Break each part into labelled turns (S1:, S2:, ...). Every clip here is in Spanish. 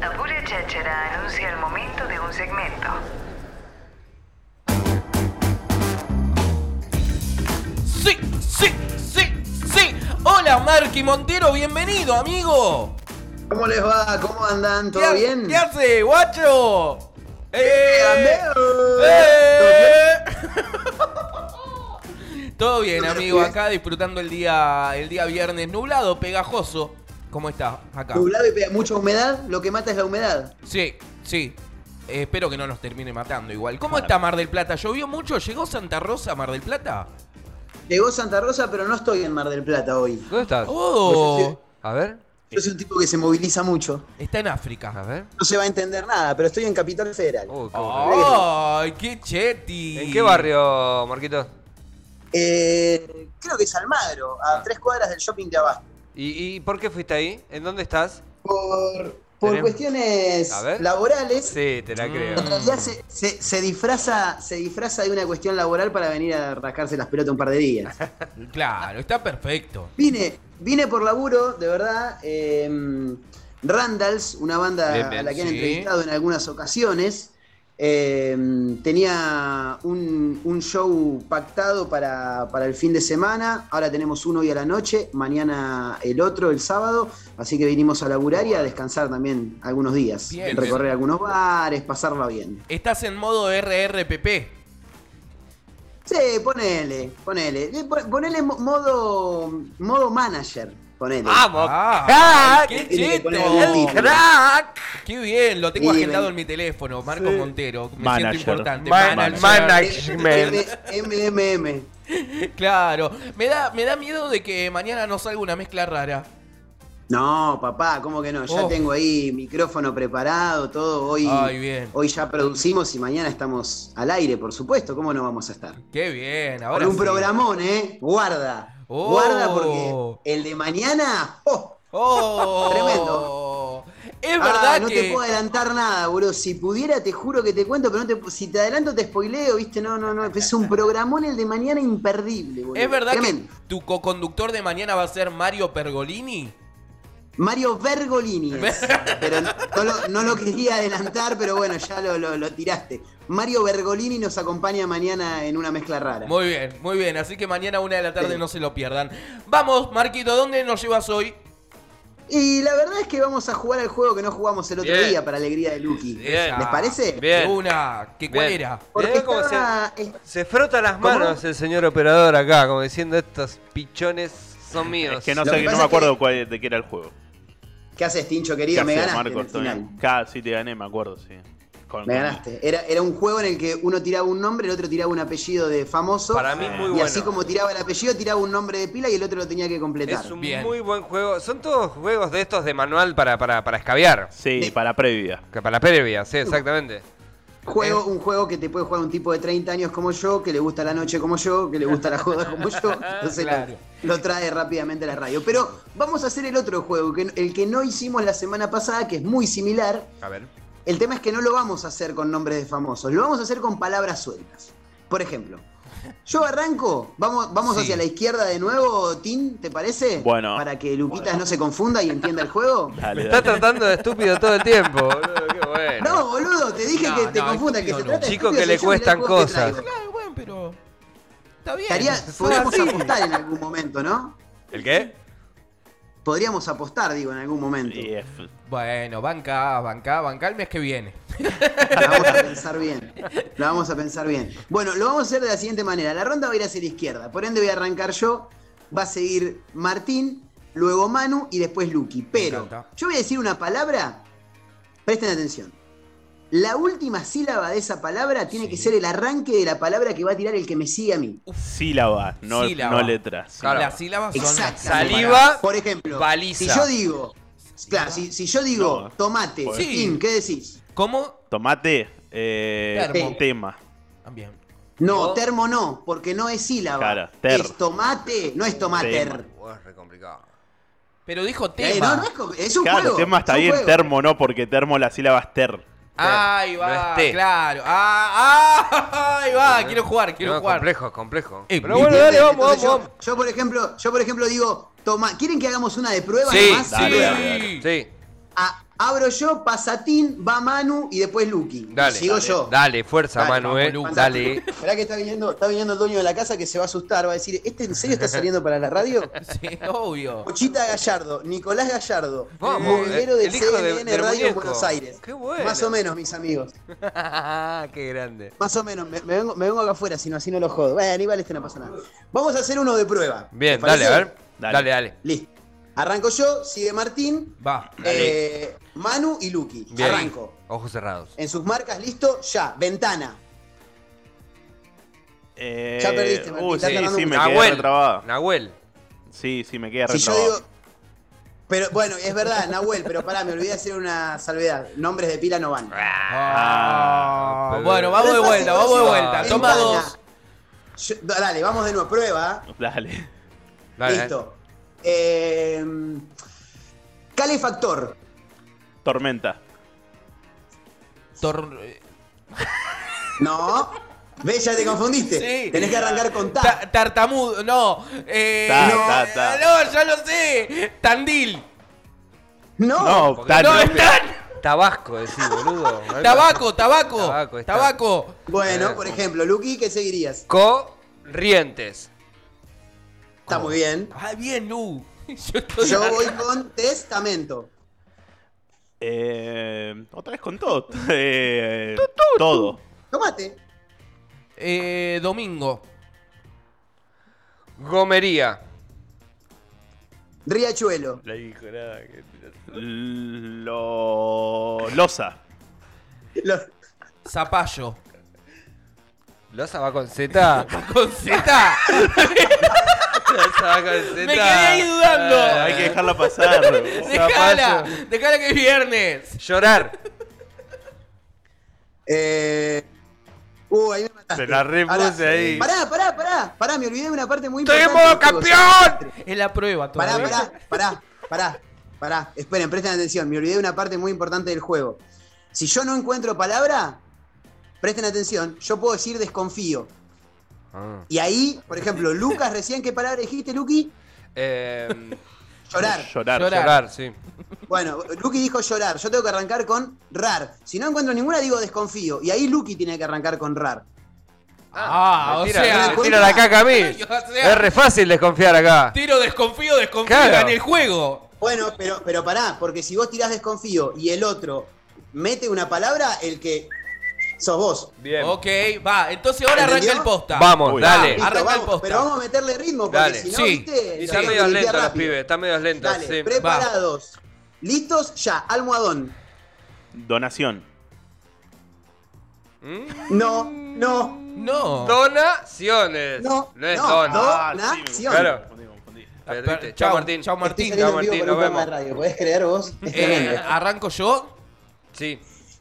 S1: La Furia Cháchara anuncia el momento de un segmento.
S2: Sí, sí, sí, sí. Hola Marky Montero, bienvenido, amigo.
S3: ¿Cómo les va? ¿Cómo andan?
S2: ¿Qué
S3: ¿Todo
S2: ha-
S3: bien?
S2: ¿Qué hace, guacho?
S3: ¿Qué
S2: ¡Eh!
S3: andeo?
S2: ¡Eh! Todo bien, amigo, acá disfrutando el día el día viernes nublado, pegajoso. ¿Cómo estás acá?
S3: Nublado y pe- mucha humedad, lo que mata es la humedad.
S2: Sí, sí. Eh, espero que no nos termine matando igual. ¿Cómo está Mar del Plata? ¿Llovió mucho? ¿Llegó Santa Rosa a Mar del Plata?
S3: Llegó Santa Rosa, pero no estoy en Mar del Plata hoy.
S4: ¿Dónde estás?
S2: ¡Oh!
S4: A ver,
S3: Yo soy un tipo que se moviliza mucho.
S2: Está en África.
S4: a ver.
S3: No se va a entender nada, pero estoy en Capital Federal.
S4: Oh, qué bueno.
S2: ¡Ay, qué cheti!
S4: ¿En qué barrio, Marquitos?
S3: Eh, creo que es Almagro,
S4: Ah.
S3: a tres cuadras del shopping de abajo.
S4: ¿Y, y por qué fuiste ahí? ¿En dónde estás?
S3: Por, por
S4: Tenemos-
S3: cuestiones
S4: A ver.
S3: laborales,
S4: Sí, te la creo.
S3: en realidad se, se- se disfraza, se disfraza de una cuestión laboral para venir a rascarse las pelotas un par de días.
S2: Claro, está perfecto.
S3: Vine, vine por laburo, de verdad. eh, Randalls, una banda
S2: Bien, bien,
S3: a la que han
S2: sí.
S3: entrevistado en algunas ocasiones, eh, tenía un, un show pactado para, para el fin de semana. Ahora tenemos uno hoy a la noche, mañana el otro, el sábado. Así que vinimos a laburar y a descansar también algunos días.
S2: Bien,
S3: recorrer algunos bares, pasarla bien.
S2: Estás en modo RRPP.
S3: Sí, ponele, ponele. Eh, pon- Ponele mo- modo, modo manager, ponele.
S4: ¡Vamos!
S2: Ah,
S4: crack!
S2: ¡Qué
S3: Tiene que
S2: cheto!
S3: poner algún título.
S4: ¡Crack!
S2: ¡Qué bien! Lo tengo
S3: Sí,
S2: agendado
S3: ven.
S2: en mi teléfono, Marco Montero. Me
S5: Manager.
S2: siento importante.
S4: Man-
S2: Manager.
S4: manager.
S3: M- MMM.
S2: Claro. Me da, me da miedo de que mañana nos salga una mezcla rara.
S3: No, papá, ¿cómo que no? Ya
S2: Oh.
S3: tengo ahí micrófono preparado, todo. Hoy,
S2: Ay, bien.
S3: hoy ya producimos y mañana estamos al aire, por supuesto. ¿Cómo no vamos a estar?
S2: ¡Qué bien! Ahora
S3: Con un
S2: sí.
S3: programón, ¿eh? Guarda.
S2: Oh.
S3: Guarda porque el de mañana. ¡oh!
S2: ¡Oh!
S3: Tremendo.
S2: Es
S3: Ah,
S2: verdad
S3: no
S2: que...
S3: te puedo adelantar nada, boludo. Si pudiera, te juro que te cuento, pero no te, si te adelanto te spoileo, ¿viste? No, no, no. Es un programón el de mañana imperdible, boludo.
S2: ¿Es verdad
S3: Tremendo.
S2: que tu co-conductor de mañana va a ser Mario Pergolini?
S3: Mario Bergolini es. Pero no, no lo, no lo quería adelantar, pero bueno, ya lo, lo- lo tiraste. Mario Bergolini nos acompaña mañana en una mezcla rara.
S2: Muy bien, muy bien. Así que mañana a una de la tarde
S3: Sí.
S2: no se lo pierdan. Vamos, Marquito, ¿dónde nos llevas hoy?
S3: Y la verdad es que vamos a jugar al juego que no jugamos el otro
S4: Bien.
S3: día para alegría de Lucky.
S4: Bien.
S3: ¿Les parece?
S4: Bien.
S2: Una, ¿qué cuál
S4: Bien.
S2: era?
S3: Porque
S4: Mirá cómo
S3: estaba- es-
S4: Se frota las
S3: ¿Cómo?
S4: manos el señor operador acá, como diciendo estos pichones son míos.
S5: Es que no
S3: Lo
S5: sé,
S3: que
S5: no
S3: pasa
S5: me
S3: es que-
S5: acuerdo cuál- de qué era el juego.
S3: ¿Qué haces, Tincho,
S5: ¿Qué
S3: querido? Me
S5: hacía
S3: ganaste en el
S5: Estoy-
S3: final.
S5: Ca- sí te gané, me acuerdo, sí. Con-
S3: Me
S5: con-
S3: ganaste. Era, era un juego en el que uno tiraba un nombre, el otro tiraba un apellido de famoso.
S4: Para mí muy
S3: y
S4: bueno.
S3: así como tiraba el apellido, tiraba un nombre de pila y el otro lo tenía que completar.
S4: es un
S2: Bien.
S4: muy buen juego. Son todos juegos de estos de manual para, para, para escabiar.
S5: Sí, para previa.
S4: Que Para la previa, sí, exactamente.
S3: Juego, un juego que te puede jugar un tipo de 30 años como yo, que le gusta la noche como yo, que le gusta la joda como yo. Entonces lo-
S2: Claro.
S3: lo, trae rápidamente a la radio. Pero vamos a hacer el otro juego, que, el que no hicimos la semana pasada, que es muy similar.
S4: A ver.
S3: El tema es que no lo vamos a hacer con nombres de famosos, lo vamos a hacer con palabras sueltas. Por ejemplo, yo arranco, vamos, vamos
S2: Sí.
S3: hacia la izquierda de nuevo, Tim, ¿te parece?
S5: Bueno.
S3: Para que Luquitas no se confunda y entienda el juego.
S5: Dale,
S4: Me está
S5: dale.
S4: tratando de estúpido todo el tiempo, boludo. Qué bueno.
S3: No, boludo, te dije
S2: No,
S3: que te
S2: no,
S3: confundas, que
S2: estúpido
S3: se
S2: no.
S3: trata de
S4: Chico
S3: estúpido,
S4: que le
S3: si yo mirá el
S4: cuestan
S3: juego que
S4: cosas.
S3: traigo.
S2: Claro, bueno, pero. Está bien. Ah,
S3: Estaría-
S2: Fue
S3: podríamos
S2: así.
S3: apostar en algún momento, ¿no?
S4: ¿El qué?
S3: Podríamos apostar, digo, en algún momento.
S5: Y es-
S2: Bueno, banca, banca, banca el mes que viene.
S3: La vamos a pensar bien. La vamos a pensar bien. Bueno, lo vamos a hacer de la siguiente manera. La ronda va a ir hacia la izquierda. Por ende voy a arrancar yo. Va a seguir Martín, luego Manu y después Lucky. Pero
S2: encanta.
S3: yo voy a decir una palabra. Presten atención. La última sílaba de esa palabra tiene
S2: Sí.
S3: que ser el arranque de la palabra que va a tirar el que me sigue a mí.
S5: sílabas, no,
S2: Sílaba.
S5: no letras.
S4: Claro.
S2: Las sílabas son.
S3: Exacto.
S4: Saliva.
S3: Por ejemplo,
S4: Baliza.
S3: si yo digo, claro, si, si yo digo
S5: No.
S3: tomate,
S5: Joder.
S2: Sí.
S3: Tim, ¿qué decís?
S2: ¿Cómo? Ah,
S5: Tomate, eh,
S2: Termo.
S5: tema.
S2: También.
S3: No,
S4: No.
S3: termo no, porque no es sílaba.
S5: Claro, ter.
S3: Es tomate, no es tomater.
S4: Uy, es re complicado.
S2: Pero dijo
S3: Eh, no,
S2: tema.
S3: no es, co- es un
S5: Claro,
S3: juego.
S5: tema está
S3: es un
S5: bien,
S3: juego.
S5: termo no, porque termo la sílaba es ter.
S2: Ahí
S4: No
S2: va,
S4: es té.
S2: claro. Ah, ah, ahí va. Quiero jugar, quiero
S4: No,
S2: jugar.
S4: complejo, complejo.
S2: Eh,
S4: Pero
S2: ¿me
S4: bueno,
S3: ¿Entiendes?
S4: dale, vamos, vamos,
S3: Entonces yo,
S4: vamos.
S3: Yo, por ejemplo, yo, por ejemplo, digo, toma, ¿quieren que hagamos una de prueba
S4: Sí,
S3: nomás?
S5: Dale,
S2: sí.
S5: dale, dale.
S4: Sí.
S3: A, Abro yo, Pasatín, va Manu y después Lucky.
S4: Dale.
S3: Sigo
S4: dale,
S3: yo.
S4: Dale, fuerza,
S3: Dale,
S4: Manu,
S2: vamos,
S4: eh.
S2: Lu.
S4: Dale.
S3: Esperá que está viniendo, está viniendo el dueño de la casa que se va a asustar, va a decir, ¿este en serio está saliendo para la radio?
S2: Sí, obvio.
S3: Pochita Gallardo, Nicolás Gallardo,
S4: Vamos,
S3: movilero
S4: eh,
S3: del
S4: el hijo de-
S3: CNN
S4: del
S3: Radio en
S4: muñeco.
S3: Buenos Aires.
S4: Qué bueno.
S3: Más o menos, mis amigos.
S4: Qué grande.
S3: Más o menos, me, me vengo, me vengo acá afuera, si no, así no lo jodo. Bueno, igual este no pasa nada. Vamos a hacer uno de prueba.
S4: Bien,
S3: ¿Te
S4: dale, a
S3: parece?
S4: ver. Dale,
S5: Dale.
S4: dale.
S3: Listo. Arranco yo, sigue Martín,
S2: Va.
S3: eh, Manu y Lucky.
S4: Bien.
S3: Arranco.
S4: Ojos cerrados.
S3: En sus marcas, listo, ya. Ventana.
S5: Eh,
S3: Ya perdiste, Martín,
S5: Uh,
S3: estás
S5: sí,
S3: ganando
S5: sí, me
S3: mucho.
S5: quedé
S4: Nahuel.
S5: retrabado.
S4: Nahuel.
S5: Sí, sí, me quedé
S3: Si yo digo.
S5: retrabado.
S3: Pero bueno, es verdad, Nahuel, pero pará, me olvidé de hacer una salvedad. Nombres de pila no van.
S2: Ah,
S4: pero-
S2: bueno, vamos de
S3: Pero es
S2: vuelta,
S3: fácil,
S2: vamos de
S4: fácil.
S2: vuelta. Toma
S3: Ventana.
S2: dos.
S3: Yo- dale, vamos de nuevo, prueba.
S5: Dale.
S4: Dale, dale.
S3: listo. Eh, calefactor.
S5: Tormenta.
S2: Tor- eh,
S3: No. Ve, ya te confundiste.
S2: Sí.
S3: Tenés que arrancar con ta.
S2: ta- tartamudo, no. Eh,
S5: Ta,
S2: no,
S5: ta, ta.
S2: no, ya lo sé. Tandil.
S3: No.
S5: No,
S4: porque-
S5: tan
S2: No,
S5: rápido.
S2: están.
S4: Tabasco, decís, boludo.
S2: Tabaco, tabaco.
S4: Tabaco,
S2: Tabaco.
S4: está.
S3: Bueno, por ejemplo, Luqui, ¿qué seguirías?
S4: Corrientes.
S3: Está muy bien.
S2: Ah, bien, Lu. Yo estoy.
S3: Yo voy con testamento.
S5: Eh, otra vez con todo. Eh, todo.
S3: Tomate.
S2: Eh, domingo.
S4: Gomería.
S3: Riachuelo.
S4: La hijorada que
S5: Lo... Losa.
S3: Lo-
S2: Zapallo.
S4: Losa va con Z.
S2: Con Z.
S4: Losa va con Z.
S2: Me quedé ahí dudando.
S4: Ah,
S5: Hay que dejarla pasar.
S2: Dejala. Dejala que es viernes.
S4: Llorar.
S3: Eh... Uh, ahí me mataste.
S4: Se la repuse
S3: Ahora,
S4: ahí.
S3: Pará, pará, pará. Pará, me olvidé de una parte muy
S4: ¡Estoy en
S3: importante.
S4: modo
S3: del juego,
S4: campeón!
S2: Es la prueba
S3: Pará,
S2: todavía.
S3: pará, pará, pará, pará. Esperen, presten atención. Me olvidé de una parte muy importante del juego. Si yo no encuentro palabra, presten atención, yo puedo decir desconfío.
S4: Ah.
S3: Y ahí, por ejemplo, Lucas, recién, ¿qué palabra dijiste, Luqui?
S4: Eh,
S3: Llorar.
S5: Llorar.
S2: Llorar.
S4: llorar, sí.
S3: Bueno, Luqui dijo llorar. Yo tengo que arrancar con rar. Si no encuentro ninguna, digo desconfío. Y ahí Luqui tiene que arrancar con rar.
S2: Ah,
S4: me
S2: o
S4: tira,
S2: sea.
S4: me tira la caca a mí.
S2: O sea-
S4: es re fácil desconfiar acá.
S2: Tiro, desconfío, desconfío
S4: Claro.
S2: en el juego.
S3: Bueno, pero, pero pará, porque si vos tirás desconfío y el otro mete una palabra, el que sos vos.
S4: Bien.
S2: Ok, va. Entonces ahora arranca
S3: ¿Entendió?
S2: el posta.
S4: Vamos,
S5: Uy.
S4: dale.
S3: Listo,
S2: Arranca el
S3: vamos,
S2: posta.
S3: Pero vamos a meterle ritmo, porque
S4: Dale.
S3: si no,
S2: Sí.
S3: viste,
S4: Y
S3: lo
S4: están
S3: que
S4: medio
S3: limpia
S4: lentos los
S3: rápido.
S4: pibes, están medio lentos.
S3: Dale,
S4: sí.
S3: preparados. ¿Listos? Ya, almohadón.
S5: Donación.
S4: ¿Mm?
S3: No, no,
S2: No.
S4: Donaciones.
S3: no.
S4: No es
S3: no,
S4: don.
S3: Donación.
S4: Claro.
S5: confundí, me confundí.
S4: Perdiste. Chao, Martín.
S2: Chao Martín.
S3: Estoy saliendo
S4: Chao,
S3: en vivo por
S4: Martín,
S3: un
S4: nos
S3: programa de radio, ¿podés creer vos? Es
S2: Eh,
S3: tremendo.
S2: arranco yo.
S4: Sí.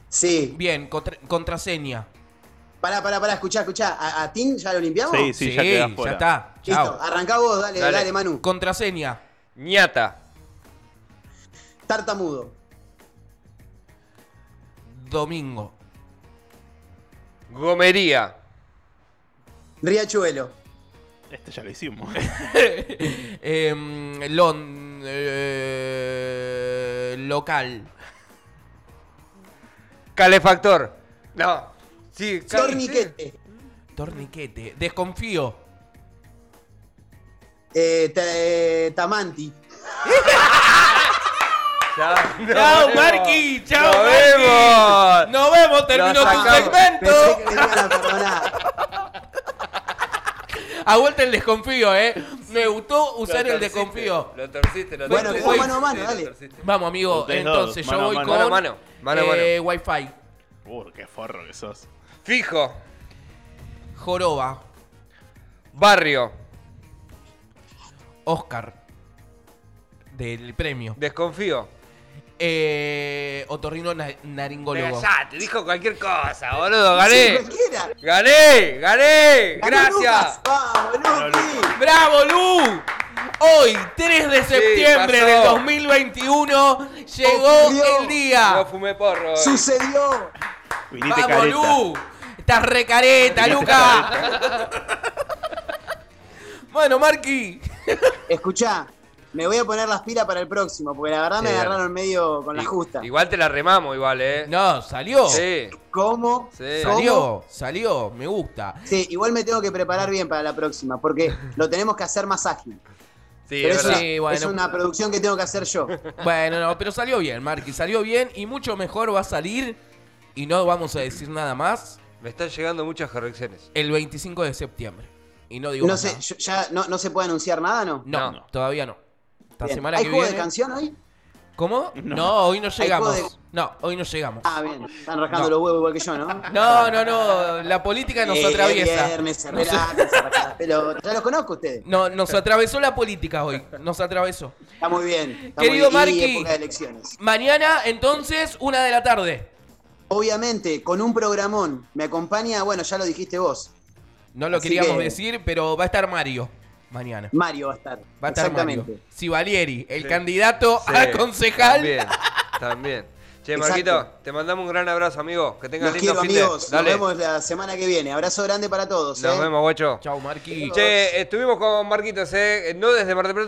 S3: Sí.
S2: Bien, contra- contraseña.
S3: Pará, pará, pará, escuchá, escuchá. ¿A, a Tim ya lo limpiamos?
S5: Sí, sí, ya quedás fuera.
S2: está.
S3: Listo,
S2: Chao.
S4: ah.
S3: arrancá vos, dale,
S4: Dale.
S3: dale, Manu.
S2: Contraseña.
S4: Ñata.
S3: Tartamudo.
S2: Domingo.
S4: Gomería.
S3: Riachuelo.
S5: Este ya lo hicimos.
S2: Em, lon, eh, local.
S4: Calefactor. No. Sí, cal-
S3: Torniquete.
S2: Torniquete. Desconfío.
S3: Eh, ta- eh, Tamanti.
S4: sí. Ya, nos
S2: Chao,
S4: vemos.
S2: Marqui. Chao,
S4: Nos
S2: Marqui.
S5: Ah.
S4: vemos.
S2: Nos vemos. Terminó tu
S4: sacamos.
S2: segmento.
S3: Pensé que me iban a perdonar.
S2: A vuelta el desconfío, eh. Me gustó
S4: Lo
S2: usar el
S4: torciste,
S2: desconfío.
S4: Lo torciste, lo
S3: Bueno,
S4: torciste.
S3: que fue mano a mano,
S4: lo
S3: dale.
S4: torciste.
S2: Vamos, amigo.
S5: Ustedes dos,
S2: Entonces, yo
S5: mano a
S2: voy
S5: mano.
S2: con.
S4: Mano a mano, mano a
S2: eh, Wi-Fi.
S5: Uh, qué forro que sos.
S4: Fijo.
S2: Joroba.
S4: Barrio.
S2: Oscar. Del premio.
S4: Desconfío.
S2: Eh, otorrino na- naringólogo.
S4: Ya, te dijo cualquier cosa, boludo.
S3: Sí,
S4: Gané.
S3: cualquiera.
S4: Gané, gané.
S3: Ganó Lucas.
S4: Gracias.
S3: Vamos, Luqui.
S2: ¡Bravo, Lu! Hoy, 3 de septiembre
S4: pasó.
S2: del 2021, llegó
S3: Ocurrió.
S2: el día.
S4: No fumé porro. eh. hoy.
S3: Sucedió.
S5: Viniste
S2: ¡Vamos, Lu! ¡Estás recareta, Luca! bueno, Marqui.
S3: Escuchá, Me voy a poner las pilas para el próximo, porque la verdad me
S4: Sí, dale.
S3: agarraron medio con la
S4: I-
S3: justa.
S4: Igual te la remamos, igual, ¿eh?
S2: No, salió.
S4: Sí.
S3: ¿Cómo?
S4: Sí.
S3: ¿Cómo?
S2: Salió, salió, me gusta.
S3: Sí, igual me tengo que preparar bien para la próxima, porque lo tenemos que hacer más ágil.
S4: Sí,
S3: Pero
S4: es
S3: es,
S4: verdad.
S2: Sí,
S3: una,
S2: bueno.
S3: es una producción que tengo que hacer yo.
S2: Bueno, no, pero salió bien, Marqui, salió bien y mucho mejor va a salir. Y no vamos a decir nada más
S4: Me están llegando muchas correcciones.
S2: el 25 de septiembre. Y no digo
S3: No
S2: más
S3: sé,
S2: nada.
S3: yo- ya no, no se puede anunciar nada, ¿no?
S2: No,
S4: No.
S2: todavía no. Esta
S3: Bien.
S2: semana
S3: ¿Hay
S2: que
S3: juego
S2: viene.
S3: de canción hoy?
S2: ¿Cómo? No.
S5: No.
S2: hoy no llegamos.
S3: juego de-
S2: No, hoy no llegamos.
S3: Ah, bien. Están rajando
S2: No.
S3: los huevos igual que yo, ¿no?
S2: No, no, no. La política nos
S3: Eh,
S2: atraviesa.
S3: viernes, se
S2: Nos-
S3: relajan, se rajan las pelotas. Ya los conozco a ustedes.
S2: no, nos
S3: eh.
S2: atravesó la política hoy. Nos atravesó.
S3: Está muy bien. Está
S2: Querido
S3: muy bien. Y
S2: Marqui.
S3: época de elecciones.
S2: Mañana, entonces, una de la tarde.
S3: Obviamente, con un programón. Me acompaña, bueno, ya lo dijiste vos.
S2: No lo
S3: Así
S2: queríamos
S3: que-
S2: decir, pero va a estar Mario mañana.
S3: Mario va a estar.
S2: Va a estar Mario.
S3: Exactamente.
S2: Si Valieri, el
S4: Sí.
S2: candidato
S4: Sí,
S2: a Ah, concejal.
S4: También, también. Che,
S3: Exacto.
S4: Marquito, te mandamos un gran abrazo, amigo. Que tengas
S3: Los
S4: lindo
S3: quiero,
S4: fin de-
S3: amigos. Nos
S4: Dale.
S3: vemos la semana que viene. Abrazo grande para todos.
S4: Nos
S3: ¿eh?
S4: vemos, guacho.
S2: Chau, Marqui.
S4: Che, estuvimos con Marquitos, eh, no desde Mar del Plata.